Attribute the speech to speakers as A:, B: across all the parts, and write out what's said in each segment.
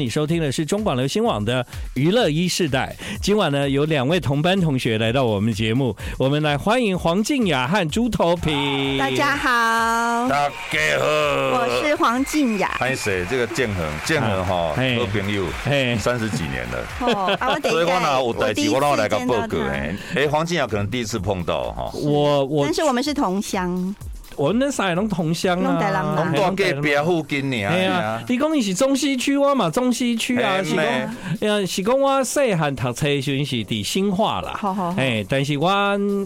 A: 你收听的是中广流行网的娱乐一世代。今晚呢，有两位同班同学来到我们节目，我们来欢迎黄静雅和猪头皮。
B: 大家好，
C: 大家好，
B: 我是黄静雅。
C: 潘水这个建恒，建恒哈，
A: 嘿
C: 好朋友
A: 嘿，
C: 三十几年了。
B: 哦，啊，我等
C: 呃所以
B: 一
C: 我
B: 下，
C: 哪有代
B: 第
C: 志，
B: 一
C: 我哪有来
B: 次
C: 个
B: 见
C: 报
B: 到
C: 告
B: 他，
C: 嘿。哎，黄静雅可能第一次碰到哈，
A: 我我
B: 但是我们是同乡，
A: 我们那三个拢同乡
B: 拢台南
A: 啊
B: 人，
C: 我们大隔壁附近呢，
A: 哎
C: 嘿
A: 呀
C: 啊，
A: 你讲你是中西区我嘛，中西区啊，
C: 嘿
A: 是讲，
C: 妹
B: 嗯
A: 哎呀，是讲我细汉读册的时阵是伫新化啦，
B: 好好好
A: 哎，但是我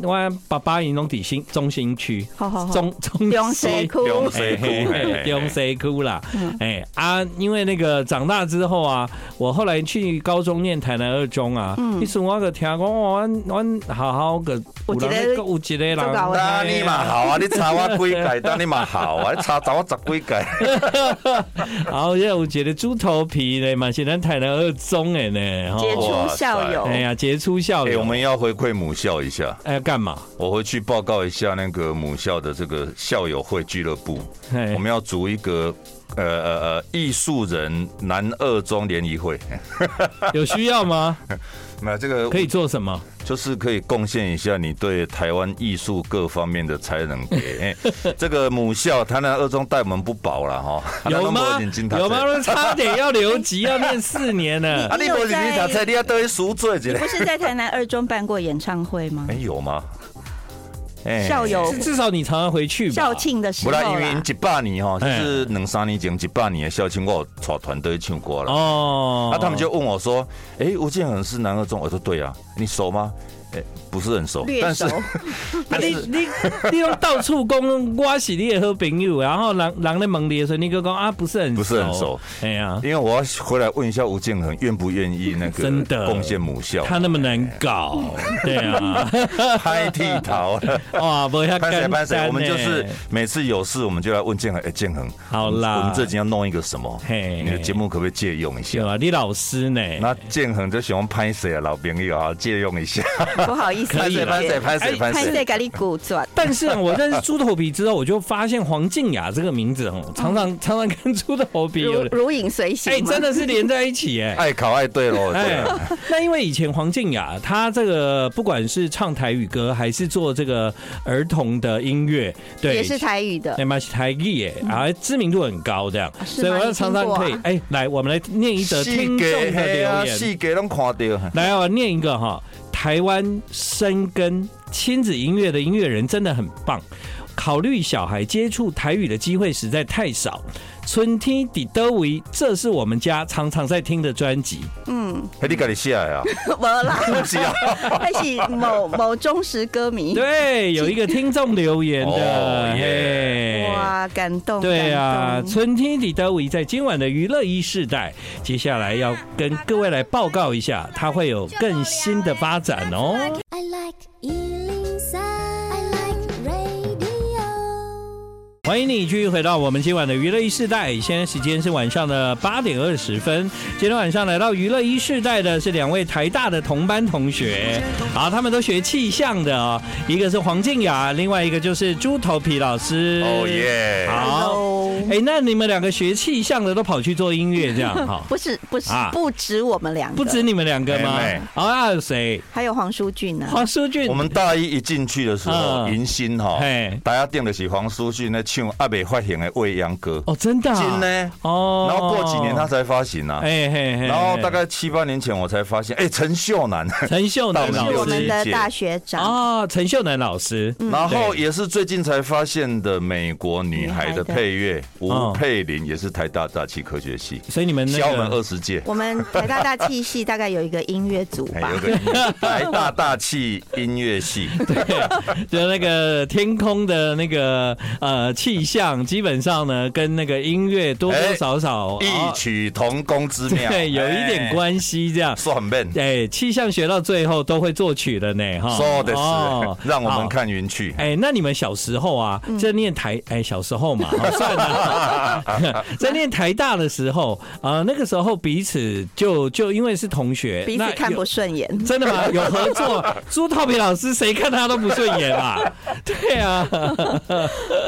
A: 我爸爸因拢伫新中心区，
B: 好好好
A: 中中
B: 龙
A: 西
B: 蛇
A: 区
B: 窟，
A: 嘿
C: 中西
A: 嘿
C: 区嘿
A: 嘿
C: 嘿
A: 中西区啦
B: 嗯，
A: 哎啊，因为那个长大之后啊，我后来去高中念台南二中啊，
B: 嗯
A: 那时候我个听讲，哦我我好好个，
B: 有一个
A: 人在有一个人，
B: 做到的
C: 那你嘛好啊，你查我几届， 但你嘛好啊，你查查我十几届，
A: 哎然后哦又有一个猪头皮嘞嘛，是咱台南二中的呢，吼
B: 杰出校友
C: 哇，
A: 哎呀，杰出校
C: 哎，
A: 友，
C: 我们要回馈母校一下，
A: 哎要干嘛？
C: 我回去报告一下那个母校的这个校友会俱乐部，
A: 哎
C: 我们要组一个。呃呃呃，艺术人南二中联谊会，
A: 有需要 吗？
C: 那这个
A: 可以做什么？
C: 就是可以贡献一下你对台湾艺术各方面的才 能给。哎这个母校台南二中待我们不薄了哈，
A: 有吗？有
C: 有
A: 吗？？差点要留级，要念四年 呢。
C: 啊，你无认真读册，你要对赎罪一
B: 你
C: 下
B: 不。是在台南二中办过演唱会吗？
C: 没有吗？哎
B: 校友
A: 至至少你常常回去吧。
B: 校庆的时
C: 不
B: 候
C: 啦，因为
B: 啦，
C: 一百年哈，就
A: 哎
C: 是两三年前一百年的校庆，我有带团队唱歌了。
A: 哦，
C: 啊，他们就问我说：“哎，吴建衡是南二中？”我说：“对啊，你熟吗？”哎，不是很熟，
B: 略
C: 但是
B: 熟，
A: 啊， 你你你用到处讲我是你的好朋友，然后人人咧问你的时候，你就讲啊不是很熟
C: 不是很熟。
A: 哎 呀，
C: 因为我要回来问一下吴建衡愿不愿意那
A: 真
C: 个
A: 的
C: 贡献母校，
A: 他那么难搞， 对啊，
C: 拍剃头了。
A: 哇，不要
C: 拍谁
A: 干欸
C: 拍谁，我们就是每次有事我们就来问建衡，哎，建衡，
A: 好啦
C: 我们这集要弄一个什么？
A: 嘿
C: 你的节目可不可以借用一
A: 对
C: 下？
A: 啊，你老师呢？
C: 那建衡就喜欢拍谁啊，老朋友啊，借用一下。
B: 不好意 思，
A: 可
C: 拍
A: 以
C: 谁
A: 啦
C: 拍谁拍谁
A: 哎
C: 拍
B: 拍摄
C: 谁。
B: 给你鼓转，
A: 但是啊，我认识猪头皮之后，我就发现黄静雅这个名字哦，常
B: 嗯
A: 常常常跟猪头皮
B: 如
A: 有
B: 如影随形
A: 哎、
B: 吗，
A: 真的是连在一起 哎、
C: 爱考爱对喽，哦对啊
A: 哎，那因为以前黄静雅她这个不管是唱台语歌，还是做这个儿童的音乐，对，
B: 也是台语的
A: 那，么是台语耶，啊，知名度很高这样，
B: 嗯啊是
A: 所
B: 吗
A: 以我就
B: 你
A: 常
B: 听
A: 常
B: 过
A: 可以
B: 啊
A: 哎、来，我们来念一则听众的留
C: 嘿啊，
A: 言，
C: 细节拢看到。
A: 来，我念一个哈，台湾深耕亲子音乐的音乐人真的很棒。考虑小孩接触台语的机会实在太少，春天底德维，这是我们家常常在听的专 辑。
B: 嗯，
C: 嘿，你家己写的啊？
B: 没啦，
C: 不 是啊，
B: 但是某某忠实歌迷，
A: 对，有一个听众留言的
C: 哦，耶
A: 嘿
B: 哇，感动，
A: 对啊
B: 感，动
A: 春天里的维在今晚的娱乐一世代，接下来要跟各位来报告一下，它会有更新的发展哦。
D: I like Ealing Sound. I like radio.
A: 欢迎你继续回到我们今晚的娱乐一世代，现在时间是晚上的八点二十分。今天晚上来到娱乐一世代的是两位台大的同班同学，好，他们都学气象的哦，一个是黄静雅，另外一个就是猪头皮老师。
C: 哦！耶！
A: 好，
B: Hello？
A: 哎，那你们两个学气象的都跑去做音乐，这样哈
B: 不是不是
A: 啊
B: 不止我们两个，
A: 不止你们两个吗
C: 妹妹？
A: 好，那有谁？
B: 还有黄舒俊啊呢、
A: 黄淑俊
C: 哎我。们大一一进去的时候，
A: 嗯
C: 迎新哈
A: 嘿，
C: 大家定的是黄舒俊在唱阿北发行的《未央歌》。
A: 哦，真的啊
C: 真的
A: 哦
C: 然后过几年他才发行啊。
A: 哎嘿嘿，
C: 然后大概七八年前我才发现，哎，陈 秀楠，
A: 陈秀楠
C: 到
B: 是
C: 了
A: 老
B: 我们
A: 师
B: 的大学长，
A: 哦，陈秀楠老师，
C: 然后
A: 对
C: 也是最近才发现的美国女孩的配乐，吴佩玲也是台大大气科学系，
A: 所以你们那
C: 教我们
A: 个
C: 二十届，
B: 我们台大大气系大概有一个音乐组
C: 哎
B: 吧
C: 有。个音乐台大大气音乐系，
A: 就那个天空的那个呃气象，基本上呢跟那个音乐多多少少
C: 异
A: 哦
C: 曲同工之妙，
A: 对有一点
C: 哎，
A: 关系这样。
C: 算笨，
A: 哎，气象学到最后都会作曲的呢，哈。
C: 说的
A: 哦
C: 是，让我
A: 好
C: 们看云去。嗯
A: 哎哎、那你们小时候啊，这念台哎、小时候嘛，好算了， 在念台大的时候，啊、那个时候彼此就就因为是同学，
B: 彼
A: 那
B: 此看
A: 有
B: 不顺眼，
A: 真的吗？有合 作，朱涛平老师谁看他都不顺眼啊！对啊，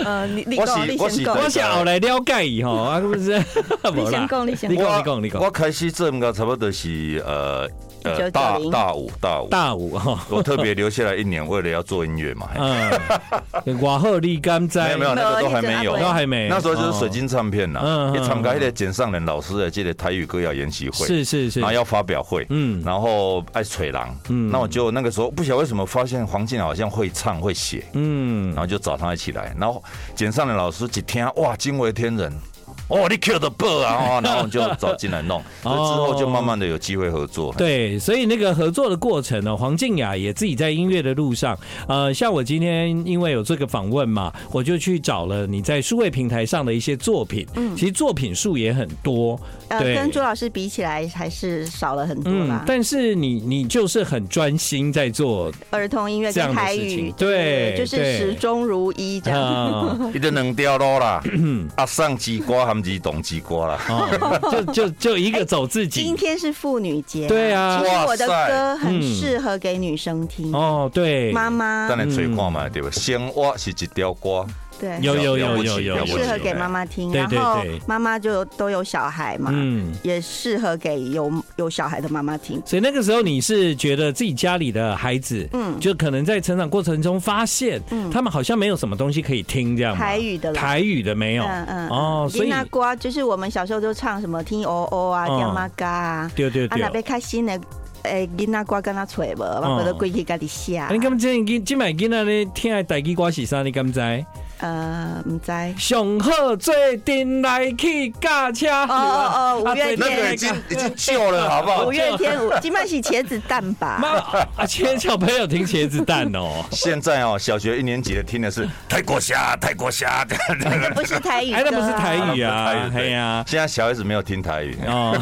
B: 呃，你你
C: 我
B: 讲，
C: 是
B: 你
C: 我
B: 先
C: 是
B: 讲，
A: 我想来了解伊吼，啊，不 是，
B: 你
A: 无啦
B: 先讲，你先
A: 你
B: 讲。
A: 讲，你
C: 我
A: 讲，你讲，
C: 我开始做个差不多是呃呃大
B: 1990
C: 大五大五，
A: 大五啊哈，
C: 我特别留下来一年，为了要做音乐嘛。嘿
A: 嗯，瓦赫利甘
C: 没
A: 在，
C: 有没有，那个都还没有
B: 没有一直，
A: 都还没，
C: 那时候就是水晶唱片
A: 嗯
C: 啦
A: 嗯，
C: 一参加那个简上人老师的这个台语歌谣研习
A: 哦
C: 会，
A: 是是是
C: 然，后要发表会，
A: 嗯
C: 然后爱吹狼，
A: 嗯
C: 那我就那个时候不晓得为什么发现黄静好像会唱会写，
A: 嗯
C: 然，后就找他一起来，然后简上人老师一听哇惊为天人。哦，你 Q 的爆啊！哦然后我们就找进来弄，所以
A: 哦
C: 之后就慢慢的有机会合作。
A: 对，所以那个合作的过程呢，黄静雅也自己在音乐的路上，呃，像我今天因为有这个访问嘛，我就去找了你在数位平台上的一些作品，其实作品数也很多，
B: 嗯呃，
A: 对
B: 跟朱嗯老师比起来还是少了很多啦。
A: 嗯但是你你就是很专心在做，
B: 儿童音乐
A: 这样
B: 跟
A: 的
B: 台
A: 事情
B: 语，
A: 对
B: 就是
A: 对
B: 始终如一这样。
A: 啊、
C: 你就两条路 啦，啊上鸡瓜含鸡懂鸡瓜啦。
A: 哦，就就就一个走自己
B: 哎今。天是妇女节，
A: 对啊
B: 其实我的
C: 哇塞
B: 歌很
A: 嗯
B: 适合给女生听。
A: 哦，对，
B: 妈妈
C: 当，然吹看嘛，对吧？鲜蛙是一条瓜，
B: 对，
A: 有有
C: 了
A: 有
C: 不起
A: 有有
C: 了
A: 有，
C: 不起
B: 适合给妈妈听，
A: 对
B: 然
A: 对
B: 后
A: 对
B: 妈妈就都有小孩嘛，
A: 嗯，
B: 也适合给有有小孩的妈妈听。
A: 所以那个时候你是觉得自己家里的孩子，嗯，
B: 嗯
A: 就可能在成长过程中发现，他们好像没有什么东西可以听这样吗
B: 台语的啦
A: 台语的没有，
B: 嗯嗯
A: 哦，所以
B: 那瓜就是我们小时候都唱什么听哦哦啊，
A: 嗯
B: 叫妈嘎啊，
A: 对对
B: 啊
A: 对哦
B: 那。边开心的，诶，囡仔瓜跟他吹无，我都归去家己写
A: 啊。你敢今今今摆囡仔咧听的台语歌是啥？你敢知？
B: 呃，唔知。
A: 上好做阵来去驾车。哦
B: 哦哦五月天
C: 那 个已经已经旧了，好不好
B: 五？月天，五今麦是茄子蛋
A: 妈
B: 吧？
A: 啊，切小朋友听茄子蛋哦。
C: 现在哦，小学一年级的听的是泰国虾，泰国虾。
B: 那不是台语歌
A: 哎，
B: 啊，
A: 那不是台语
C: 啊那
A: 啊，
C: 不是台语对
A: 嘿呀。
C: 现在小孩子没有听 台语，
A: 哦，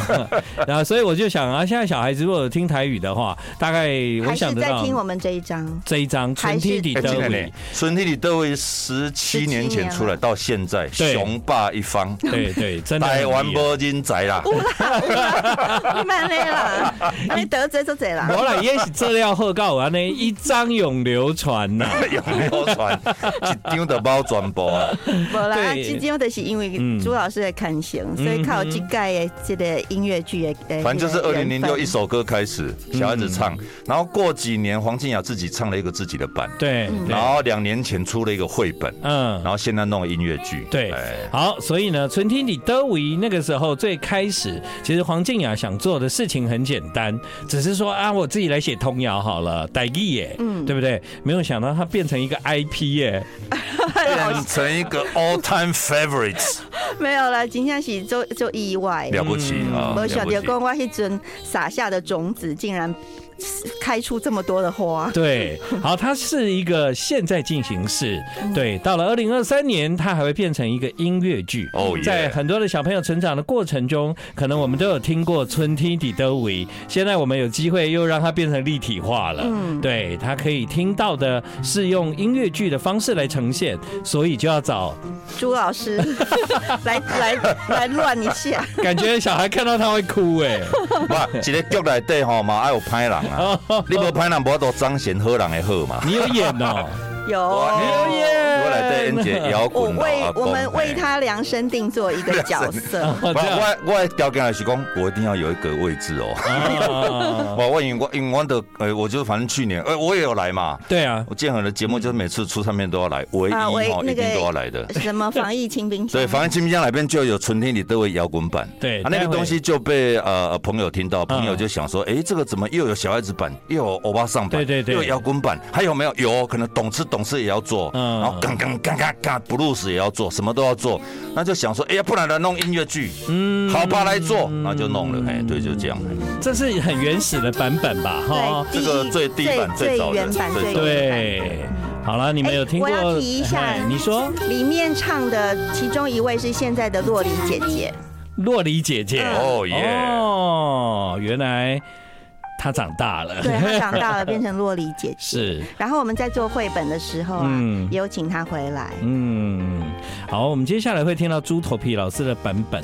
A: 然后所以我就想啊，现在小孩子如果有听台语的话，大概我
B: 还
A: 想
B: 是
A: 得
B: 在
A: 到
B: 听我们这一张。
A: 这一张《
B: 还
A: 春
B: 是
A: 天底
C: 哎
A: 的
C: 真的
A: 尾
C: 呢，孙弟弟都会十七年前出来，到现在
A: 对
C: 雄霸一方，》，
A: 对对，真的很
C: 台湾
A: 厉害
C: 波金仔啦。
B: 你慢嘞啦， 你得罪就这啦。
A: 我来也是这料后告完呢，一张永流传呐、
C: 有没有传？一张的包传播啊！
B: 无啦，啊
A: 对
B: 真正就是因为
A: 嗯
B: 朱老师的看型，所以靠这届的这个音乐剧的，呃
C: 反正就是二零零六一。
B: 这个缘分嗯
C: 首歌开始，小孩子唱，然后过几年黄静雅自己唱了一个自己的版，
A: 对，
B: 嗯
C: 然
A: 对，
C: 后两年前出了一个绘本，
A: 嗯
C: 然。后现在弄了音乐剧，
A: 对
C: 哎，
A: 好，所以呢，春天里德维那个时候最开始，其实黄静雅想做的事情很简单，只是说啊，我自己来写童谣好了，傣语耶，嗯，对不对？没有想到它变成一个 IP 耶，
C: 变成一个 all time favorites，
B: 没有啦，真正是就就意外。
C: 了不起啊！
B: 我
C: 了
B: 想
C: 不
B: 到
C: 起
B: 讲我迄阵撒下的种子，竟然开出这么多的 花。
A: 对，好，它是一个现在进行式，对，到了二零二三年，它还会变成一个音乐剧。
C: Oh yeah
A: 在很多的小朋友成长的过程中，可能我们都有听过《春天底的围》，现在我们有机会又让它变成立体化了。嗯，对，它可以听到的是用音乐剧的方式来呈现，所以就要找
B: 朱老师来来来乱一下，
A: 感觉小孩看到他会哭哎、
C: 哇，一个剧内底吼嘛，爱有歹人
B: 哦
C: 啊，你无歹人，无都彰显好人的好嘛。
A: 你有演哦、
B: 有
C: 哇
A: 有演，
C: 我来对 N 姐摇
B: 哦我
C: 滚
B: 为
C: 老阿公
B: 我们为
C: 哎
B: 他量身定做一个角色。
A: 哦这样
C: 我我我的条件是讲，我一定要有一个位置哦。
A: 啊，
C: 我我因为我因为我的呃，我就反正去年呃我也有来嘛。
A: 对啊，
C: 我建恒的节目就是每次出唱片都要来，唯一
B: 啊唯
C: 哦
B: 那
C: 一
B: 个
C: 定都要来的。
B: 什么防疫清兵箱？
C: 所以防疫清明箱》里边就有春天里都会摇滚版，
A: 对啊
C: 啊，那
A: 待
C: 个
A: 会
C: 东西就被呃呃朋友听到，朋友就想说，哎，这个怎么又有小孩子版，又有欧巴桑
A: 对
C: 版，
A: 对对
C: 又有摇滚版，还有没有？有可能懂吃懂事也要做，
A: 嗯
C: 然后嘎嘎嘎嘎嘎 blues 也要做，什么都要做，那就想说，哎呀，不然来弄音乐剧，嗯，好吧，来做，那就弄了，哎，对，就这样。
A: 这是很原始的版本吧？哈。
B: 对，
C: 这
B: 第一
C: 个最地板最
B: 最
C: 早的
B: 原版
C: 最
B: 最
C: 早的
B: 原版。
A: 对，好了，你们有听过？
B: 哎我要提一下
A: 哎你说
B: 里面唱的其中一位是现在的洛丽 姐姐，
C: Oh
A: 洛丽姐姐
B: 嗯
C: 哦耶，
A: 哦，原来。他长大了，
B: 对他长大了变成洛梨姐姐。
A: 是，
B: 然后我们在做绘本的时候啊，
A: 嗯
B: 也有请他回来。
A: 嗯，好，我们接下来会听到猪头皮老师的版本。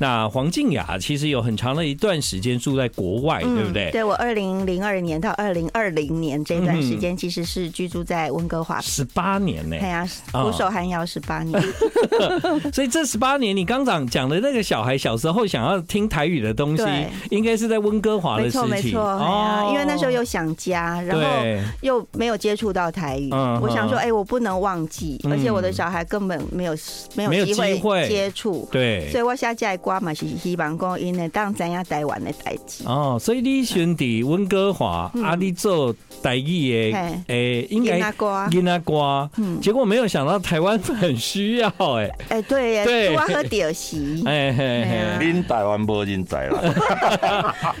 A: 那黄静雅其实有很长的一段时间住在国外，对不对？
B: 嗯对我二零零二年到二零二零年这段时
A: 嗯
B: 间，其实是居住在温哥华。
A: 十八年呢、
B: 哎呀，
A: 啊
B: 苦守寒窑十八年，
A: 所以这十八年，你刚讲讲的那个小孩小时候想要听台语的东西
B: 对，
A: 应该哦是在温哥华
B: 没
A: 的时
B: 错没
A: 期哦
B: 错，哎呀因为那时候又想家，然后
A: 对
B: 又没有接触到台语，
A: 嗯
B: 我想说，
A: 嗯
B: 哎、我不能忘记，
A: 嗯
B: 而且我的小孩根本没有没
A: 没有
B: 有机
A: 机会
B: 会接触，所
A: 对
B: 以我下在瓜嘛是希望讲，因为当咱要台湾的代志，
A: 哦，所以你选伫温哥华，
B: 嗯
A: 啊，你做台语的
B: 嘿，
A: 诶，应该
B: 那瓜，
A: 囡仔瓜，
B: 嗯，
A: 结果没有想到台湾很需要、
B: 哎、对耶，
A: 对
B: 我喝点席，
A: 哎，哎嘿
B: 啊
A: 嘿，
C: 恁台湾无人才啦，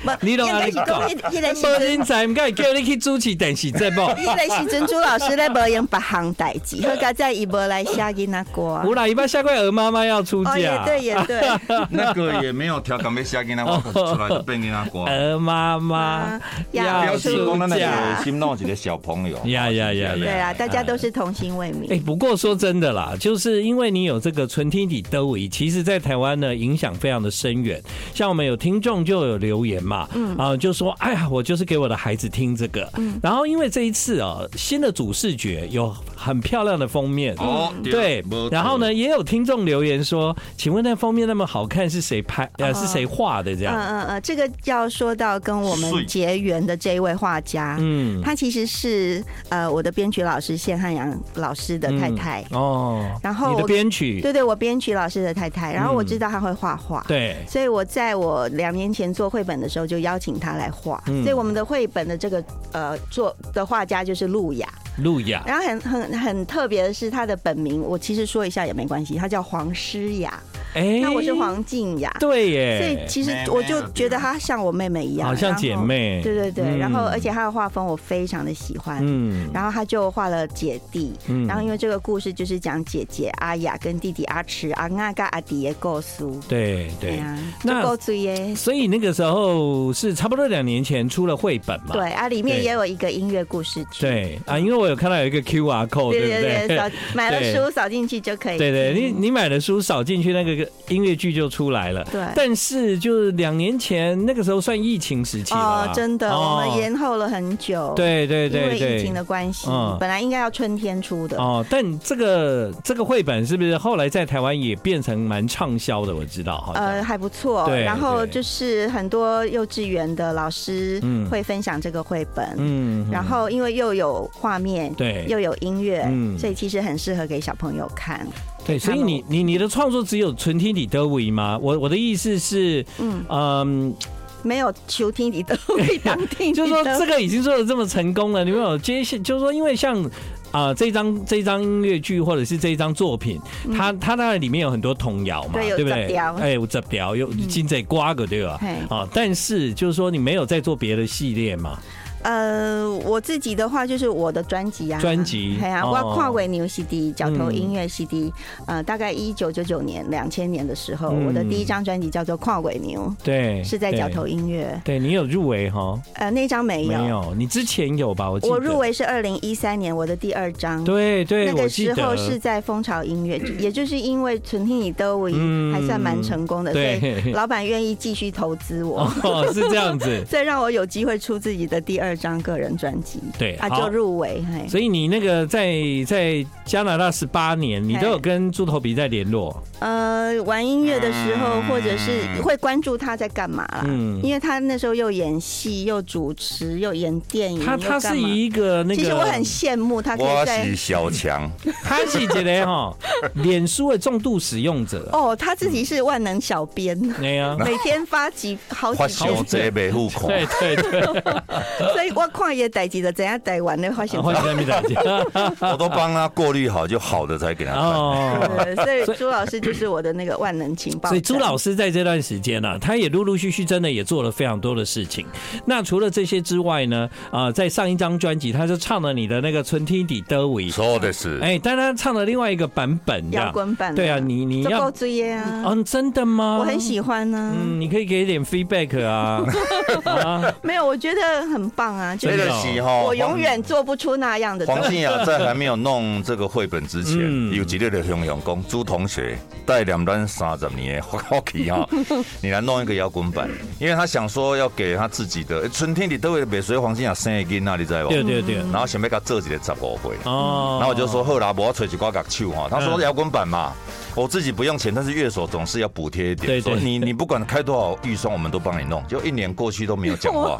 B: 不，
A: 你懂
B: 应
A: 啊
B: 该是讲
A: 你
B: 迄 迄个时
A: 无
B: 阵，
A: 人才，唔该叫你去主持电视节目。
B: 迄个时阵朱老师咧无用别项代志，好加在伊无来写囡仔 歌
A: 有。啦，一般下过鹅妈妈要出
B: 哦，也
A: 嫁，
B: 对，也对，
C: 那个也没有调侃要写囡仔歌，出来就变囡仔歌。
A: 鹅妈妈
B: 要
A: 要
C: 表示
A: 出
C: 讲咱那
A: 嫁
C: 个。心弄一个小朋友，
A: 啊呀呀呀哎呀！
B: 对啊，大家都是童心未泯。
A: 哎、不过说真的啦，就是因为你有这个纯天体德维，其实在台湾呢影响非常的深远。像我们有听众就有留言嘛，嗯啊、就说哎呀，我就是给我的孩子听这个。
B: 嗯
A: 然后因为这一次啊，新的主视觉有很漂亮的封面。
C: 哦，
A: 对
C: 无，
A: 然后呢，也有听众留言说：“请问那封面那么好看，是谁拍？呃，是谁画的？这
B: 嗯
A: 样？
B: 嗯嗯，这个要说到跟我
C: 睡
B: 们结缘的这一位画家，
A: 嗯，
B: 他其实是呃我的编曲老师谢汉阳老师的太太。
A: 哦，
B: 然后
A: 你的
B: 我
A: 编曲，
B: 对对，我编曲老师的太太。然后我知道他会画画，
A: 对，
B: 所以我在我两年前做绘本的时候就邀请他来画。
A: 嗯
B: 所以我们的绘本的这个呃做的画家就是路雅。
A: 路亚，
B: 然后很很很特别的是，他的本名我其实说一下也没关系，他叫黄诗雅，
A: 哎
B: 那我是，黄静雅。
A: 对
B: 所以
A: 耶，
B: 其实
C: 妹啊妹
B: 我就
C: 了
B: 觉得她像我妹妹一样，
A: 哎好像姐
B: 然后。
A: 妹，
B: 对对对，
A: 嗯
B: 然后而且她的画风我非常的喜欢。
A: 嗯
B: 然后她就画了姐弟，
A: 嗯
B: 然后因为这个故事就是讲姐姐阿雅跟弟弟阿池阿阿嘎阿迪的故事，哎
A: 对对。
B: 呀，
A: 那
B: 这够醉耶。
A: 所以那个时候是差不多两年前出了绘本嘛。
B: 对啊，里面
A: 对
B: 也有一个音乐故事剧，
A: 对啊，因为我有看到有一个 QR code，对
B: 对对
A: 不
B: 对，
A: 对？
B: 扫买了
A: 对
B: 书扫进去就可以。
A: 对对，你你买的书扫进去，那个音乐剧就出来了。
B: 对
A: 但是就是两年前那个时候算疫情时期了
B: 哦
A: 啦，
B: 真的，
A: 哦
B: 我们延后了很久，，
A: 对对
B: 因
A: 对
B: 为疫
A: 对。
B: 情的关系
A: 嗯，
B: 本来应该要春天出的，
A: 哦，但这个这个绘本是不是后来在台湾也变成蛮畅销的？我知道，好像、
B: 呃，还不错。
A: 对
B: 然后
A: 对
B: 就是很多幼稚园的老师
A: 嗯
B: 会分享这个绘本，
A: 嗯
B: 然后因为又有画面，
A: 对
B: 又有音乐，
A: 嗯
B: 所以其实很适合给小朋友看。
A: 对，所以你你你的创作只有纯天体德维吗？我我的意思是，
B: 嗯，
A: 嗯，
B: 没有求听你都会当 听，
A: 就是说这
B: 个
A: 个已经做的这么成功了，你们有接下，就是说因为像啊、这张这张音乐剧或者是这张作品，它它当然里面有很多童谣嘛，
B: 嗯对有
A: 对不对？
B: 十条
A: 哎，有十条有金在瓜个对吧
B: 嘿？
A: 啊，但是就是说你没有在做别的系列嘛？
B: 呃，我自己的话就是我的专辑啊，
A: 专辑
B: 哎呀，
A: 哦
B: 我跨尾牛 CD、角头音乐 CD，、呃，大概一九九九年、两千年的时候，
A: 嗯
B: 我的第一张专辑叫做《跨尾牛
A: 对，》，
B: 是在
A: 对
B: 角头。音乐，
A: 对你有入围哈？
B: 呃，那张没
A: 没
B: 有。
A: 有，你之前有吧？我记得
B: 我入。围是二零一三年我的第二张，
A: 对对，
B: 那
A: 我
B: 个
A: 记
B: 时
A: 得。
B: 候是在蜂巢 音乐，也就是因为纯听你都我
A: 嗯
B: 还算蛮成功的，所
A: 对
B: 以老板愿意继续投资我。 。
A: 哦，是这样子
B: 所以让我有机会出自己的第二张个人专辑，
A: 对
B: 啊，
A: 好
B: 就入围，嘿，
A: 所以你那个在在加拿大十八年，你都有跟猪头皮在联络，
B: 呃，玩音乐的时候，
C: 嗯
B: 或者是会关注他在干嘛啦，
A: 嗯
B: 因为他那时候又演戏，又主持，又演电影，
A: 他
B: 又
A: 他
B: 干
A: 是
B: 嘛
A: 一个那个，
B: 其实我很羡慕他可
C: 我
B: 以在
C: 是小强，
A: 他是一个哈，脸书的重度使用者，啊哎
B: 哦，他自己是万能小编，
A: 那样，
B: 每天发几好
C: 发
B: 几 篇
C: 小这袂付款，
A: 对对对，
B: 所 所以我看也代志的怎样台湾的发现
A: 欢。迎在面大家。
C: 我都帮他过滤好，就好的才给他 看。
A: 哦，
B: 呃所以朱老师就是我的那个万能情报。
A: 所以朱老
B: 师，
A: 师在这段时间呢、啊，他也陆陆续续真的也做了非常多的事情。那除了这些之外呢，啊、在上一张专辑，他就唱了你的那个《春天底的尾》，
C: 说的是，
A: 哎，但他唱了另外一个版本
B: 摇
A: 的。
B: 滚版的
A: 对啊，你你
B: 足
A: 要
B: 够追耶啊！
A: 嗯，真的吗？
B: 我很喜欢啊呢、
A: 嗯，你可以给一点 feedback 啊。啊，
B: 没有，我觉得很棒啊，就
C: 这
A: 哦
B: 是
C: 个是哈，
B: 我永远做不出那 样的东
C: 黄
B: 西。
C: 信雅在还没有弄这个绘本之前，
A: 嗯
C: 有一日的雄雄讲，朱同学带两单三十年的 好 奇哈，啊你来弄一个摇滚版，因为他想说要给他自己的欸春天里都会北随黄信雅生的囡仔，你知道不？
A: 对对对，
C: 然后想要给他做一个十五岁。
A: 哦，
C: 然后我就说，后来我要吹几挂乐手哈，他说
A: 嗯
C: 摇滚版嘛，我自己不用钱，但是乐手总是要补贴一
A: 对对
C: 点，所以你你不管开多少预算，我们都帮你弄。就一年过去都没有讲 话，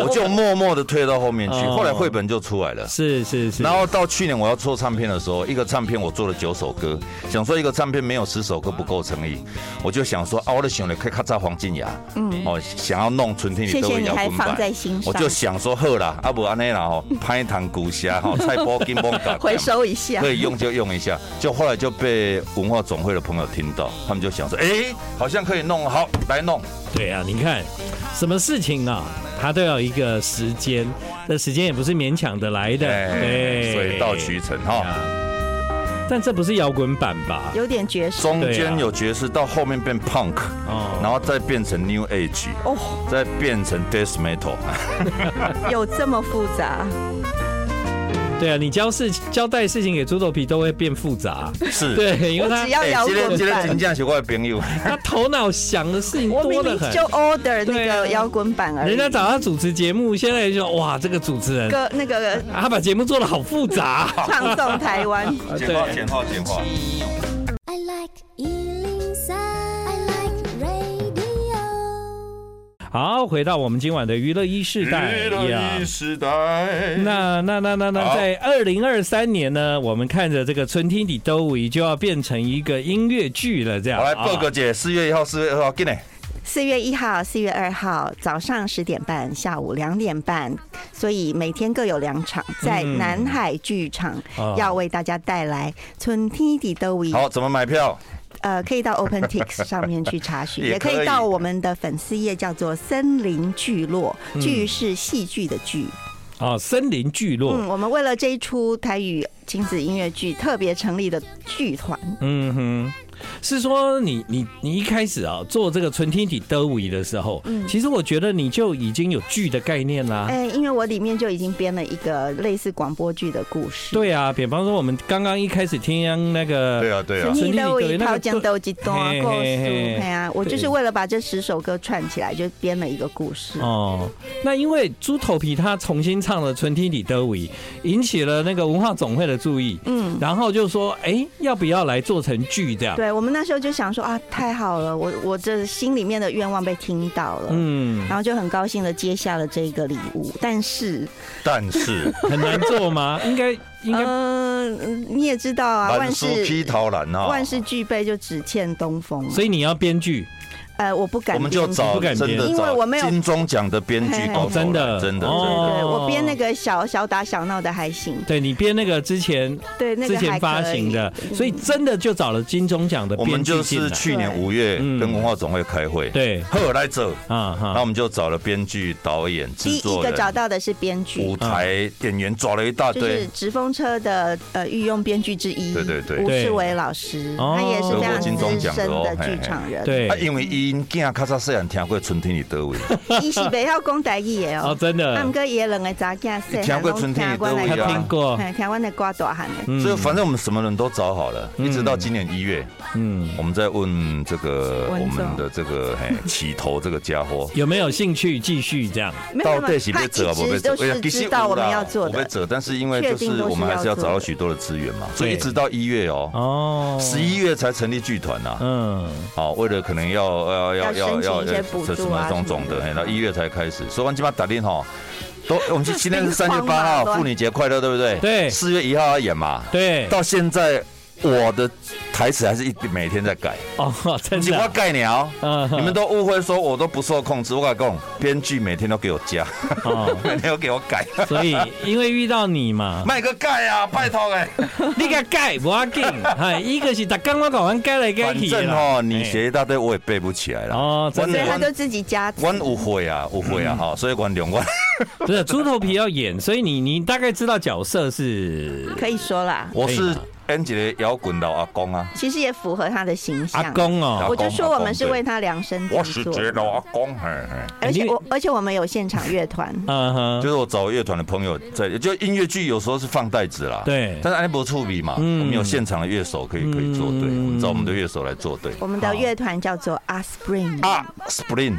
C: 我就默默的退到后面去。
A: 哦
C: 后来绘本就出来了。
A: 是是是，
C: 然后到去年我要做唱片的时候，一个唱片我做了九首歌，想说一个唱片没有十首歌不够诚意，我就想说啊，我的想了可以咔嚓黄静雅，嗯，哦，想要弄春天里
B: 谢
C: 都
B: 谢
C: 会
B: 你
C: 摇
B: 还
C: 滚
B: 放
C: 版。
B: 在心上
C: 我，就想说好啦，啊不安尼啦吼，拍糖古虾 吼，菜包金崩嘎
B: 回收一下
C: 可。以用就用一下。就后来就被文化总会的朋友听到，他们就想说，哎、好像可以弄，好来弄。
A: 对啊，你看什么事情啊，它都要一个时间，这时间也不是勉强的来的，对，
C: 水哎到渠成
A: 啊
C: 哈。。
A: 但这不是摇滚版吧？
B: 有点爵士
C: 中
A: 对啊
C: 间有爵士，到后面变 punk，
A: 哦
C: 然后再变成 new age，
B: 哦，
C: 再变成 death metal。
B: 有这么复杂？
A: 对啊，你交事交代事情给猪头皮都会变复杂，
C: 是，
A: 对，因啊为
B: 我
A: 他
B: 只要
C: 哎
B: 摇
C: 今天
B: 滚啊
C: 今天真
B: 版，
C: 正是我的朋友，
A: 他头脑想的事情
B: 我
A: 多
B: 明
A: 得
B: 明
A: 很。
B: 就 order 那
A: 对啊
B: 个摇滚版
C: 哎
B: 而已。
A: 人家找他主持节目，现在就说哇，这个主持人
B: 歌那个
A: 啊他把节目做的好复杂。
B: 唱颂台湾。
C: 简化简化简化。
D: I like Ealing Sound. I like radio.
A: 好，回到我们今晚的娱乐一世代呀。
C: 时代
A: 那那那那那，
C: 好
A: 在二零二三年呢，我们看着这个《春天里都围》就要变成一个音乐剧了，这样。
C: 好来，
A: 啊
C: 报告姐，四月一号、四月二号，进来。
B: 四月一号、四月二号早上十点半，下午两点半，所以每天各有两场，在
A: 嗯
B: 南海剧场、
A: 哦
B: 要为大家带来《春天的都为》。
C: 好，怎么买票？
B: 呃，可以到 OpenTix 上面去查询，
C: 也
B: 也可以
C: 可以
B: 到我们的粉丝页，叫做“森林聚落”，剧是戏剧的剧。
A: 哦，森林聚
B: 嗯，
A: 落，
B: 我们为了这一出台语亲子音乐剧，特别成立的剧团。
A: 嗯哼，是说你你你一开始啊做这个《春天里都围》的时候，其实我觉得你就已经有剧的概念啦。
B: 哎、因为我里面就已经编了一个类似广播剧的故事。
A: 对啊，比方说我们刚刚一开始听那
B: 嗯
A: 个，
C: 对啊，对啊
A: 是。
B: 你都有一套讲都一
A: 嘿
B: 段
A: 嘿
B: 故事，
A: 嘿
B: 对啊，我就是为了把这十首歌串起来，就编了一个故事。
A: 哦，那因为猪头皮他重新唱了《春天里的围》，引起了那个文化总会的注意，
B: 嗯，
A: 然后就说，哎、要不要来做成剧这样？
B: 对，我们那时候就想说啊，太好了，我我这心里面的愿望被听到了，
A: 嗯，
B: 然后就很高兴的接下了这个礼物。但是，
C: 但是
A: 很难做 吗？应该应该、
B: 嗯、你也知道啊，
C: 蓝
B: 万
C: 书批
B: 事
C: 桃兰啊，
B: 万事俱备就只欠东风。
A: 所以你要编剧
B: 呃，我不敢
C: 我
B: 编，
C: 们就找
A: 不敢
C: 真
A: 编
C: 的
B: 因为我没有
C: 找金钟奖的编剧
B: 嘿嘿
C: 搞
A: 哦，真的
B: 对
C: 真的真的
A: 哦
B: 对，我编那
A: 个。
B: 个小小打小闹的还行，
A: 对你编那个之前
B: 对那个
A: 之前
B: 还
A: 发
B: 可
A: 行
B: 以嗯
A: 的，所以真的就找了金钟奖的
C: 我
A: 编
C: 们
A: 剧
C: 就
A: 进
C: 是
A: 来。
C: 去年
B: 对
C: 五月
A: 嗯
C: 跟文化总会开会，
A: 对，
C: 呵来者，
A: 啊
C: 那
A: 哈，
C: 我们就找了编剧、导演、
B: 第
C: 制
B: 一
C: 作
B: 个
C: 人、
B: 找到的是编剧
C: 舞，台演员，找了一大
B: 就是
C: 堆。
B: 直风车的呃御用编剧之一，
C: 啊对对对
B: 吴世伟老师，
A: 哦
B: 他也是非常资深的剧场人，，
A: 对
C: 啊，，因为因囝较早细汉听过《春天里德维》，
B: 伊是袂晓讲台语 的
A: 哦，
B: 哦，
A: 真的
B: 啊，，毋过伊的两个查囝细
C: 听
B: 汉
C: 过
B: 拢
C: 春天
B: 听
C: 也
B: 阮
C: 都
B: 来
C: 有
A: 他
C: 啊
A: 听
B: 歌，
A: 过，
B: 嘿听阮来歌大汉的，
A: 嗯
C: 所以反正我们什么人都找好了，
A: 嗯
C: 一直到今年一月，
A: 嗯，
C: 我们在问这个
B: 温
C: 我
B: 总
C: 们的这个嘿起头这个家伙，
A: 有没有兴趣继续这样？
B: 没
C: 到
B: 有
C: 底
B: 没
C: 是
B: 有，
C: 被
B: 他
C: 折，
B: 一
C: 不啊
B: 直
C: 被
B: 都
C: 折，哎
B: 是知道我们要做
C: 不被
B: 的，
C: 折，但是因为就
B: 确定
C: 是
B: 都是
C: 我们还是要
B: 要做的
C: 找到许多的资源嘛，所以
A: 对
C: 一直到一月哦，
A: 哦，
C: 十一月才成立剧团呐，
A: 嗯，
C: 哦，为了可能要要要
B: 要申请一些补助啊
C: 什么种种的，
B: 什么的
C: 嘿到一月才开始，所以我们今晚打电哈。都，我们今天是三月
B: 兵荒马
C: 八号，
B: 乱
C: 妇女节快乐，对不对？
A: 对
C: 四月一号要演嘛。
A: 对，
C: 到现在，我的台词还是一每天在改，
A: 哦， 真
C: 你我
A: 的，
C: 盖鸟，
A: 嗯
C: 你们都误会说我都不受控制。我敢讲，编剧每天都给我加，
A: 哦，
C: 每天都给我改，
A: 所以因为遇到你 嘛，
C: 卖个盖啊，拜托哎、
A: 你个 改不要紧，哎，一个是大刚我搞完改来改
C: 反
A: 去
C: 正
A: 啦哎
C: 哦，你写一大堆我也背不起来了。
A: 哦真
B: 所
A: 的
B: 以他
C: 我
B: 就自己加字。
C: 我误会啊，误会啊哈，所以观众我
A: 不是猪头皮要演， 所以你你大概知道角色是
B: 可以说啦，
C: 我
A: 可以
C: 是
A: 吗
C: 演一个摇滚老阿公啊，
B: 其实也符合他的形
A: 阿
B: 象。
A: 公哦，
B: 我就说我们是为他量身定
C: 我是
B: 做，
C: 觉得阿公，嘿嘿，
B: 而且
A: 哎你
B: 我而且我们有现场乐团，
A: 嗯
C: 就
A: 哼，
C: 是我找乐团的朋友在，就音乐剧有时候是放带子啦，
A: 对
C: 但是安博触笔嘛，我
A: 嗯
C: 们有现场的乐手可以可以做对，
A: 嗯
C: 我们找我们的乐手来做对
B: 我们的乐团叫做阿 Spring
C: 啊，Spring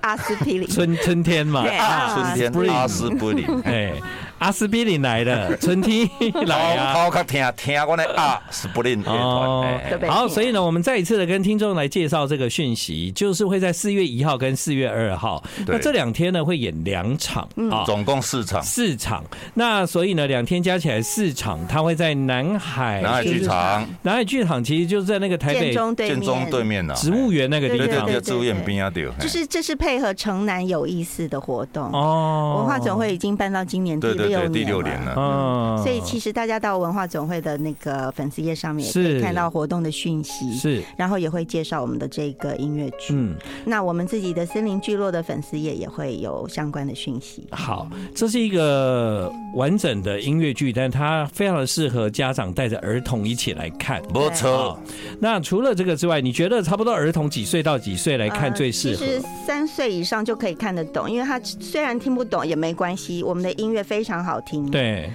B: 阿斯匹林，
A: 春春天嘛，
B: 对
A: 啊
C: 春天
A: Spring
C: 阿斯布林，
A: 哎，阿斯比林来了， 春天 来啊。
C: 好好听听我的啊 Spring 乐
A: 哦
C: 团，哎
B: 对不对
A: 好，所以呢，我们再一次的跟听众来介绍这个讯息，就是会在四月一号跟四月二号，
C: 对嗯
A: 那这两天呢会演两场啊。
C: 总共四场，
A: 四场，那所以呢，两天加起来四场，它会在南海
C: 南海
A: 就是
C: 剧场、
A: 南海剧场，其实就是在那个台
B: 建
A: 北
B: 中对
C: 建中
B: 面
C: 对面呐，啊
A: 植物园那个地
C: 对对
A: 方
B: 对
C: 对，
B: 对
C: 植物园边啊对，
B: 就
C: 嘿
B: 是这是配合城南有意思的活动。
A: 哦
B: 文化总会已经办到今年第
C: 对
B: 六
C: 对对
B: 年啊
C: 第六年啊
B: 了。
C: 了，
A: 哦
B: 所以其实大家到文化总会的那个粉丝页上面也可
A: 是
B: 以看到活动的讯息，
A: 是
B: 然后也会介绍我们的这个音乐剧。
A: 嗯。
B: 那我们自己的森林聚落的粉丝页也会有相关的讯息。
A: 好，这是一个完整的音乐剧，但它非常的适合家长带着儿童一起来看。
C: 没
A: 哦
C: 错。
A: 那除了这个之外，你觉得差不多儿童几岁到几岁来看
B: 呃
A: 最适合？
B: 其实三岁以上就可以看得懂，因为他虽然听不懂也没关系，我们的音乐非常好听。。
A: 对，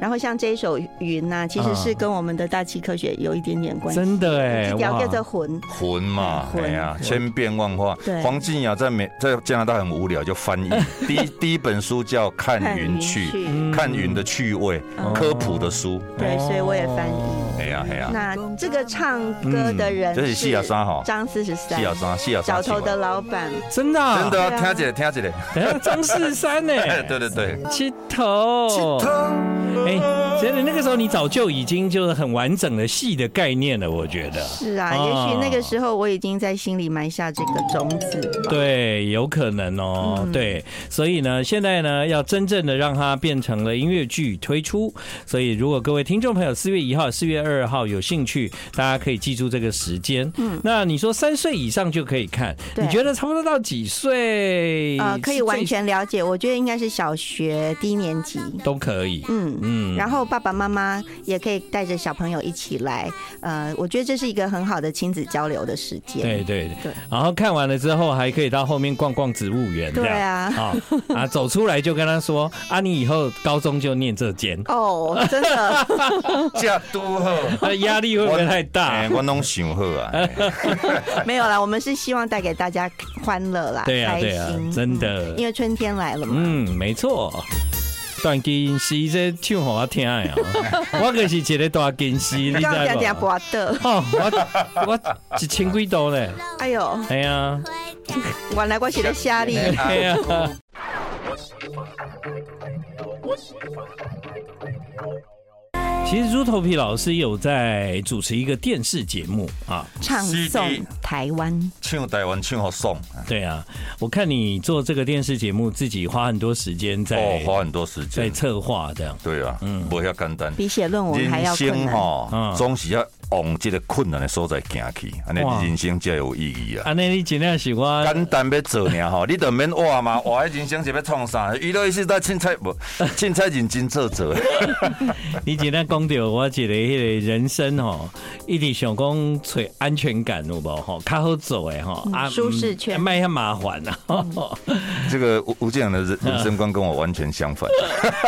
B: 然后像这一首《云》呐，其实是跟我们的大气科学有一点点关系。
A: 真的
B: 这
A: 哎，
B: 条
A: 哇
B: 叫做魂，
C: 魂嘛，
B: 魂
C: 哎呀，
B: 魂
C: 千变万化
B: 对。
C: 黄静雅在美在加拿大很无聊，就翻译第一第一本书叫《看云去》，
A: 嗯
C: 看云的趣味，
B: 嗯
C: 科普的书。
B: 对，所以我也翻译。
C: 哎呀哎
A: 哦
C: 呀，
B: 那这个唱歌的人
C: 嗯这是西雅莎哈，
B: 张四十三
C: 西，雅莎，西雅
B: 小
C: 莎
B: 头
C: 奇怪
B: 的老板，
A: 真的啊
C: 真的
B: 对
C: 啊
B: 啊
C: 听起来听起来，？
A: 等一下张四三呢
C: 哎 对对对，
A: 七头，哎，真的那个时候你早就已经就是很完整的戏的概念了，我觉得。
B: 是啊，也
A: 哦
B: 许那个时候我已经在心里埋下这个种子吧。
A: 对，有可能哦。
B: 嗯
A: 对，所以呢，现在呢，要真正的让它变成了音乐剧推出。所以，如果各位听众朋友四月一号、四月二号有兴趣，大家可以记住这个时间。嗯，那你说三岁以上就可以看，
B: 对
A: 你觉得差不多到几岁？
B: 呃，可以完全了解，我觉得应该是小学低年级。
A: 都可以。
B: 嗯
A: 嗯
B: 嗯，然后爸爸妈妈也可以带着小朋友一起来，呃，我觉得这是一个很好的亲子交流的时间。
A: 对对
B: 对
A: 然后看完了之后，还可以到后面逛逛植物园。这
B: 对
A: 样。
B: 啊，
A: 啊啊，走出来就跟他说啊，你以后高中就念这 间，
B: 哦，真的，
C: 这都好。
A: 他的呃压力会不会太大
C: 哎，？我拢想好啊，哎
B: 没有啦，我们是希望带给大家欢乐啦，
A: 对啊
B: 开
A: 对啊
B: 心，
A: 真的
B: 嗯因为春天来了嘛。
A: 嗯，没错。断根丝这唱给我听的哦， 我可是一个大根丝，你知
B: 刚刚讲
A: 道
B: 讲
A: 不？
B: 博的，
A: 哦，我我一千几度嘞，
B: 哎呦，
A: 哎呀，
B: 原来我写的虾哩。
A: 哎呀，其实猪头皮老师有在主持一个电视节目啊，
B: 唱
C: 是
B: 诵
C: 的
B: 台湾，
C: 唱台湾唱好爽，
A: 对啊，我看你做这个电视节目，自己花很多时间在、
C: 哦，花很多时
A: 在
C: 间。
A: 策划这样。
C: 对啊，嗯，不遐简单。
B: 比写论文还
C: 人
B: 要困
C: 生
B: 难。
C: 吼、
A: 嗯
C: 总是要往这个困难的所在行去，安尼
A: 哇
C: 人生才有意义啊。
A: 啊，那你尽量喜欢
C: 简单要做尔吼，你都免活嘛，活的人生是要创啥？娱乐是在凊彩无，凊彩认真做做。
A: 你今天讲到我一个迄个人生吼，一直想讲找安全感有无吼，较好做诶吼，啊
B: 嗯舒适圈嗯
A: 卖遐麻烦啊。
C: 这个吴吴建阳的人人生观跟我完全相反。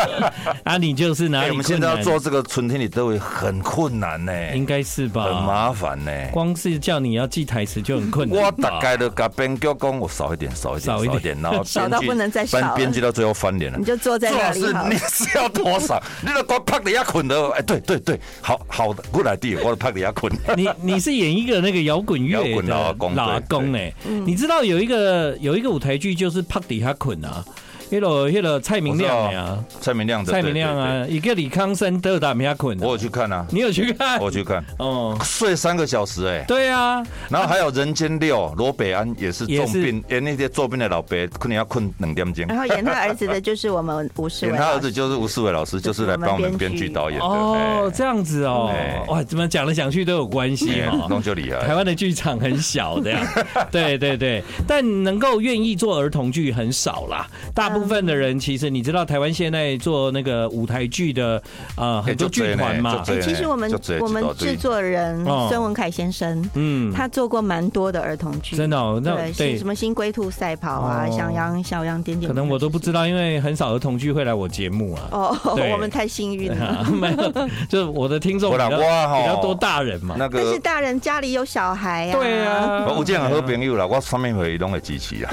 A: 啊，你就是哪
C: 哎、
A: 里
C: 我们现
A: 困
C: 在要
A: 难？
C: 做这个春天里都会很困难呢、
A: 应该是
C: 很
A: 吧？
C: 麻烦呢、
A: 光是叫你要记台词就很困难吧。
C: 我大概都跟编剧讲，我少一点，少一点，
A: 少一点
C: 少一点，然后
B: 少到
C: 编剧
B: 不能再少
C: 翻
B: 了
C: 编剧到最后翻脸了
B: 你。就坐 在
C: 主
B: 那
C: 要
B: 里
C: 是
B: 好
C: 你
B: 了。
C: 是要多少？你都光趴底下捆的，哎，对对对，好好的，good idea，我都趴底下捆。
A: 你你是演一个那个摇滚乐
C: 摇
A: 的
C: 滚老阿
B: 嗯
C: 公对
A: 老阿公哎、你知道有一个有一个舞台剧就是帕底哈捆啊，迄落迄落蔡明亮呀，
C: 蔡明亮的，
A: 蔡
C: 对
A: 明亮，啊，一个李康生都打米亚困
C: 对对，我有去看啊，
A: 你有去 看？
C: 我有去看，
A: 哦，
C: 睡三个小时哎。
A: 对啊，
C: 然后还有《人间六》，罗北安也是
A: 也
C: 重
A: 是
C: 病，演那些重病的老伯，可能要困两点钟。
B: 然后演他儿子的啊就是我们吴世
C: 演
B: 伟
C: 他
B: 老师，
C: 儿子就是吴世伟老师，
B: 就
C: 就是是来帮我
B: 我们
C: 们
B: 编
C: 编
B: 剧
C: 剧导演的。
A: 哦
C: 哎，
A: 这样子哦
C: 哎，
A: 哇，怎么讲来讲去都有关系
C: 哎
A: 哦。
C: 弄就厉
A: 台
C: 害。
A: 湾的剧场很小的， 对对对，但能够愿意做儿童剧很少啦。大部分的人其实你知道，台湾现在做那个舞台剧的，呃，很多剧团嘛
C: 哎，
B: 哎
C: 对
B: 其实我们
C: 就直接
B: 我们
C: 知道对
B: 制作人
A: 哦
B: 孙文凯先生，
A: 嗯，
B: 他做过蛮多的儿童剧，
A: 真的哦那
B: 对，
A: 对
B: 是什么新龟兔赛跑啊，
A: 哦
B: 小羊小羊点点，
A: 可能我都不知道，因为很少儿童剧会来我节目啊。
B: 哦，
A: 对
B: 我们太幸运了。
A: 没有，就是我的听众
C: 我
A: 比
C: 啦
A: 较
C: 我啊吼
A: 比较多大人嘛。
C: 那
B: 但是
C: 个，
B: 大人家里有小孩呀、
A: 对啊，
C: 我有这样的好朋友啦，我上面会拢会支持啊。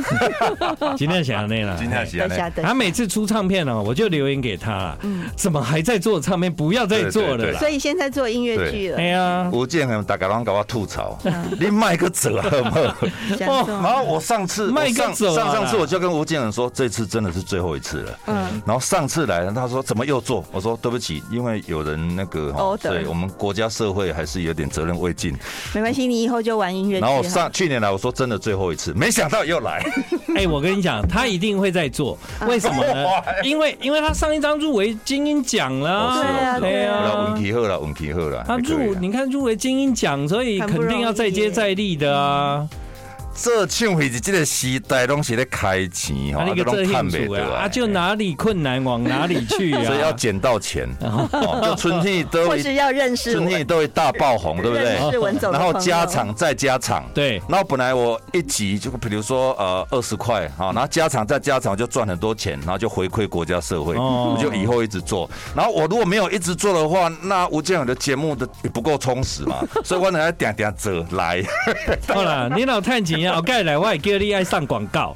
A: 今天想那了，
C: 真的是
B: 等
C: 安
B: 一
C: 尼
B: 下，等一
A: 他
B: 下。
A: 每次出唱片哦，我就留言给他啦，怎么还在做唱片？不要再做了
C: 嗯对
A: 啦
C: 对对。嗯
B: 所以现在做音乐剧了
A: 哎，呀，
C: 吴建衡大家拢跟我吐槽，你卖个走好不好？
B: 想
A: 哦
B: 说
C: 然后我上次
A: 卖
C: 我
A: 个
C: 上
A: 走啊
C: 上上次我就跟吴建衡说，这次真的是最后一次了。
B: 嗯，
C: 然后上次来了，他说怎么又做？我说对不起，因为有人那个哈，
B: Order
C: 所以我们国家社会还是有点责任未尽。
B: 没关系，你以后就玩音乐剧
C: 然后
B: 好了。
C: 上去年来，我说真的最后一次，没想到又来。
A: 哎、我跟你讲，他一定会在做，
C: 嗯
A: 为什么呢？ 因为因为他上一张入围金鹰奖了
C: 哦
A: 啊，
C: 是
B: 对啊
C: 哦，
B: 对
C: 是
B: 啊
C: 哦，运气好了，运气好了。
A: 他
C: 还可以
A: 入
C: 啦
A: 你看入围金鹰奖，所以
B: 很不
A: 肯定要再接再厉的
C: 嗯
A: 啊。
C: 这唱片是这个时代拢是在开钱吼，
A: 啊，那个
C: 都
A: 这
C: 赚
A: 庆
C: 不
A: 祝
C: 回来
A: 啊，啊就哪里困难往哪里去啊。
C: 哎 所以要捡到钱，哦就春天都
B: 或
C: 会
B: 是要认识
C: 春
B: 我，
C: 天都会大爆红，对不对？
B: 认识文总的
C: 然
B: 朋友，
C: 后加场再加场，
A: 对
C: 然后本来我一集就比如说呃二十块啊，然后加场再加场就赚很多钱，然后就回馈国家社会，
A: 哦
C: 我就以后一直做。然后我如果没有一直做的话，那吴建勇的节目的也不够充实 嘛，所以我等下点点折来。
A: 好啦，你老探钱啊，我盖来我也叫你爱上广 告。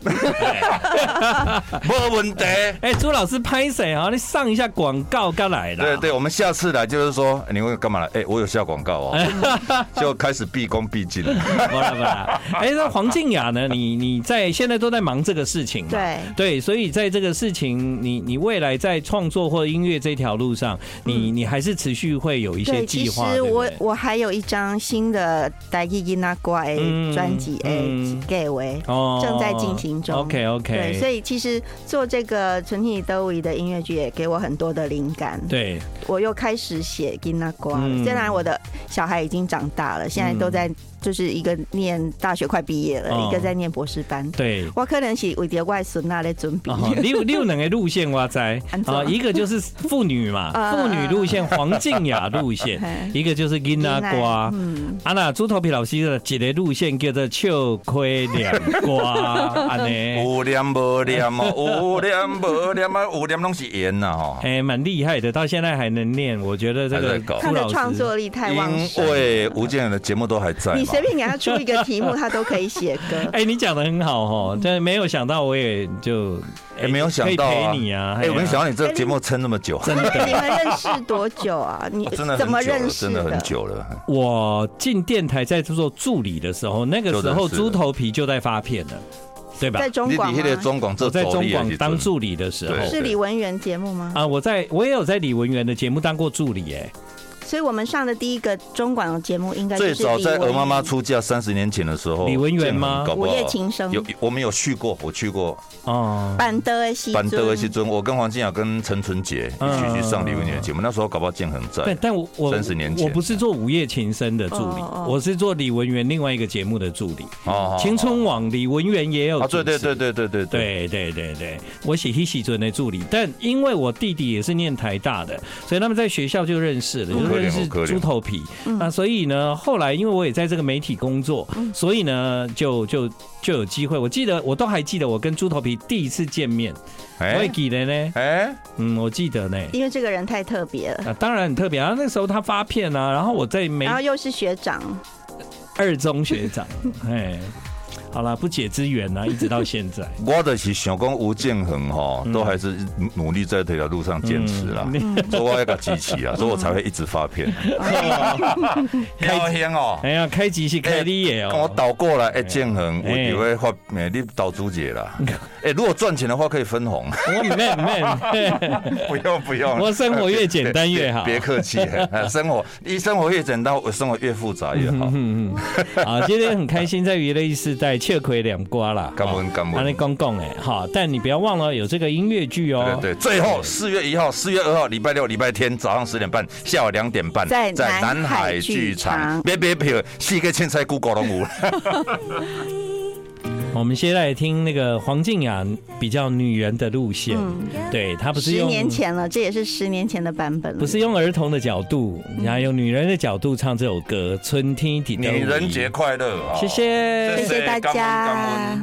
C: 没 问题。
A: 哎、朱老师拍谁啊？你上一下广告刚来啦。
C: 对对，我们下次来就是说，哎你会干嘛来？哎、我有下广告哦， 就开始毕恭毕敬了。
A: 不啦不啦，哎，那黄静雅呢？你你在现在都在忙这个事情嘛？
B: 对
A: 对，所以在这个事情，你你未来在创作或音乐这条路上，你、你还是持续会有一些
B: 嗯对，
A: 计
B: 其
A: 划。
B: 实
A: 对不
B: 我
A: 对
B: 我还有一张新的《大吉吉那瓜》
A: 嗯
B: 专辑
A: 嗯
B: 诶，给为
A: 哦
B: 正在进行中。
A: OK
B: 对，所
A: OK。
B: 以其实做这个《纯情都维》的音乐剧也给我很多的灵感。
A: 对，
B: 我又开始写吉那瓜
A: 嗯
B: 了。虽然我的小孩已经长大了，现在都在就是一个念大学快毕业
A: 哦
B: 了，一个在念博士班。
A: 对。
B: 我可能是为着外孙那在准备。
A: 哦，六六两个路线哇塞
B: 安怎
A: 啊，一个就是妇女 嘛，
B: 啊
A: 妇女路线黄静雅路线
B: 嘿，
A: 一个就是金娜瓜，
B: 啊嗯，
A: 啊那猪头皮老师的一个路线叫做秋葵两瓜，安尼。
C: 有念无 念哦，有念无念啊，有念拢是盐呐哦吼。
A: 哎，蛮厉害的，到现在还能念，我觉得这
C: 还
A: 个
C: 在搞
A: 朱
B: 他的
A: 老
B: 创
A: 师
B: 作力太旺盛
C: 因
B: 了。
C: 为吴建仁的节目都还在嘛
B: 你，随便给他出一个题目，他都可以写歌。
A: 哎、你讲的很好
B: 嗯
A: 哦，但没有想到，我也就
C: 也没有想到
A: 可以
C: 啊
A: 陪你啊，
C: 哎，我没想到你这个节目撑那么久，
A: 真 的，
B: 哎你们认识多久啊？你
C: 哦真的
B: 怎么
C: 很久
B: 认
C: 了，
B: 识
C: 真的很久了。
A: 我进电台在做助理的时候，那个时候
C: 就认识了
A: 猪头皮就在发片了，对吧
B: 在？中
C: 你
B: 广
C: 你
B: 吗
C: 那个中广
A: 我
C: 这
A: 在
C: 走
A: 中
C: 力的
A: 广
C: 时
A: 当
C: 阵
A: 助理的时候
C: 啊对
B: 是李文源节目吗？
A: 啊，我在我也有在李文源的节目当过助理、哎，
B: 所以我们上的第一个中广的节目应该就
C: 最
B: 是
C: 早在
B: 李文
C: 鹅
B: 源
C: 妈妈出嫁三十年前的时候，
A: 李文源
C: 建
A: 吗
C: 恒搞不
B: 午
C: 好
B: 夜琴声
C: 有我们有去过，我去过
A: 哦，
B: 板的西
C: 板德
B: 尊
C: 维西尊，我跟黄金雅跟陈纯杰
A: 嗯
C: 一起去上李文源的节目，那时候搞不好建恒
A: 但
C: 在。
A: 但我我
C: 30年前
A: 我不是做午夜情深的助理，
B: 哦哦
A: 我是做李文源另外一个节目的助理，
C: 哦
A: 青春网李文源也有
C: 啊，
A: 主
C: 对
A: 持
C: 对对对对对对，
A: 对对对对，我写希喜尊的助理，但因为我弟弟也是念台大的，所以他们在学校就认识了，
C: 嗯
A: 就认识
C: 好可怜好可怜
A: 猪头皮。那所以呢，后来因为我也在这个媒体工作，所以呢，就就就有机会。我记得我都还记得我跟猪头皮第一次见面，我也
C: 哎
A: 记得呢，
C: 哎，
A: 嗯，我记得呢。
B: 因为这个人太特别了，
A: 啊，当然很特别啊！那时候他发片
B: 哎
A: 啊，然后我在媒
B: 然后又是学长，
A: 二中学长，哎，好啦，不解之缘啊，一直到现在。
C: 我的是想讲吴建衡哈，
A: 嗯
C: 都还是努力在这条路上坚持啦， 所以我要给他支持啊，所以我才会一直发片。 开天哦，
A: 哎呀，开集是开你耶
C: 跟我
A: 哦，
C: 倒过来，哎，建衡，我
A: 哎
C: 以为发，哎，你倒朱 姐啦，哎，如果赚钱的话可以分红，
A: 我妹妹，
C: 不用不用，
A: 我生活越简单越好
C: 别别客气， 哎生活你生活越简单，我生活越复杂越好。
A: 嗯嗯，好，今天很开心在娱乐一时代切亏两瓜啦，
C: 感恩感恩
A: 那公公哎，好，但你不要忘了有这个音乐剧哦，
C: 对对，最后
B: 嗯
C: 四月一号、四月二号，礼拜六、礼拜天早上十点半，下午两点半，
B: 在南
C: 南
B: 海
C: 海剧
B: 剧
C: 场
B: 场。
C: 别别别，是一个青菜 Google 龙 舞。
A: 我们先来听那个黄静雅比较女人的路线，对她不是
B: 嗯十
A: 用
B: 年前了，这也是十年前的版本了。
A: 不是用儿童的角度，
B: 嗯
A: 然后用女人的角度唱这首歌《春天底的
C: 女人节快乐啊！
A: 谢谢
C: 谢
B: 谢谢大
C: 感恩感
B: 家
C: 恩。